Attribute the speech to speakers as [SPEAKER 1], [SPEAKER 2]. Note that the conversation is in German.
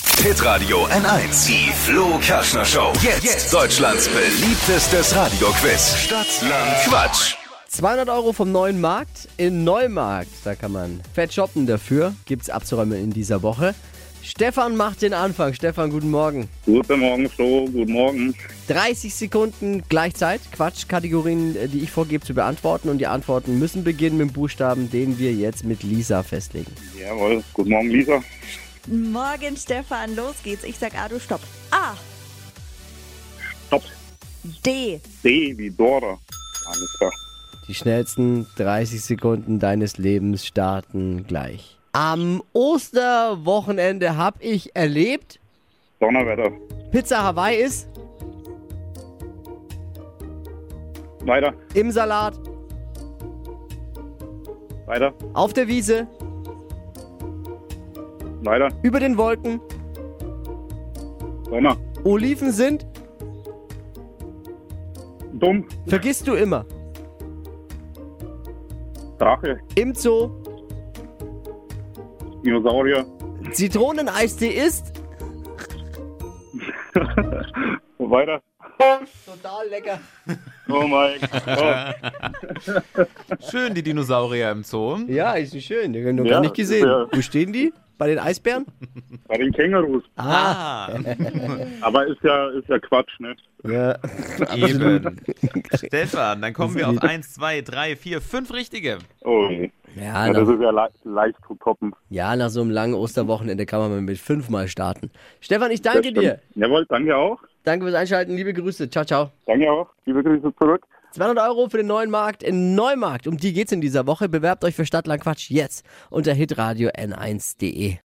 [SPEAKER 1] Hitradio N1. Die Flo Kaschner Show. Jetzt. Deutschlands beliebtestes Radioquiz. Stadt, Land, Quatsch.
[SPEAKER 2] 200 Euro vom neuen Markt in Neumarkt. Da kann man fett shoppen dafür. Gibt's abzuräumen in dieser Woche. Stefan macht den Anfang. Stefan, guten Morgen.
[SPEAKER 3] Guten Morgen, Flo. Guten Morgen.
[SPEAKER 2] 30 Sekunden Gleichzeit. Quatschkategorien, äh, die ich vorgebe, zu beantworten. Und die Antworten müssen beginnen mit dem Buchstaben, den wir jetzt mit Lisa festlegen.
[SPEAKER 3] Jawohl. Guten Morgen, Lisa.
[SPEAKER 4] Morgen, Stefan. Los geht's. Ich sag A, du stopp. A,
[SPEAKER 3] Top.
[SPEAKER 4] D,
[SPEAKER 3] D wie Dora. Alles klar.
[SPEAKER 2] Die schnellsten 30 Sekunden deines Lebens starten gleich. Am Osterwochenende habe ich erlebt,
[SPEAKER 3] Donnerwetter.
[SPEAKER 2] Pizza Hawaii ist
[SPEAKER 3] Weiter.
[SPEAKER 2] im Salat,
[SPEAKER 3] Weiter.
[SPEAKER 2] auf der Wiese,
[SPEAKER 3] Weiter.
[SPEAKER 2] über den Wolken,
[SPEAKER 3] Donner.
[SPEAKER 2] Oliven sind,
[SPEAKER 3] Dumm.
[SPEAKER 2] vergisst du immer,
[SPEAKER 3] Drache.
[SPEAKER 2] im Zoo,
[SPEAKER 3] Dinosaurier.
[SPEAKER 2] Zitroneneistee ist
[SPEAKER 3] Und weiter.
[SPEAKER 2] total lecker.
[SPEAKER 3] Oh mein Gott.
[SPEAKER 5] Schön, die Dinosaurier im Zoo.
[SPEAKER 2] Ja, ist nicht schön, den haben wir
[SPEAKER 3] Ja,
[SPEAKER 2] gar nicht gesehen.
[SPEAKER 3] ja.
[SPEAKER 2] Wo stehen die? Bei den Eisbären?
[SPEAKER 3] Oh, Bei den Kängurus.
[SPEAKER 5] Ah,
[SPEAKER 3] Aber ist ja, ist ja Quatsch, ne?
[SPEAKER 2] Ja.
[SPEAKER 5] eben. Stefan, dann kommen wir auf 1, 2, 3, 4, 5 richtige.
[SPEAKER 3] Oh je.
[SPEAKER 2] Ja,
[SPEAKER 3] Ja, das
[SPEAKER 2] nach,
[SPEAKER 3] ist ja le leicht zu toppen.
[SPEAKER 2] ja, nach so einem langen Osterwochenende kann man mit fünfmal starten. Stefan, ich
[SPEAKER 3] Das
[SPEAKER 2] danke
[SPEAKER 3] stimmt.
[SPEAKER 2] dir.
[SPEAKER 3] Jawohl, danke auch.
[SPEAKER 2] Danke fürs Einschalten. Liebe Grüße. Ciao, ciao.
[SPEAKER 3] Danke auch. Liebe Grüße zurück.
[SPEAKER 2] 200 Euro für den neuen Markt in Neumarkt. Um die geht's in dieser Woche. Bewerbt euch für Stadtland Quatsch jetzt unter hitradio n1.de.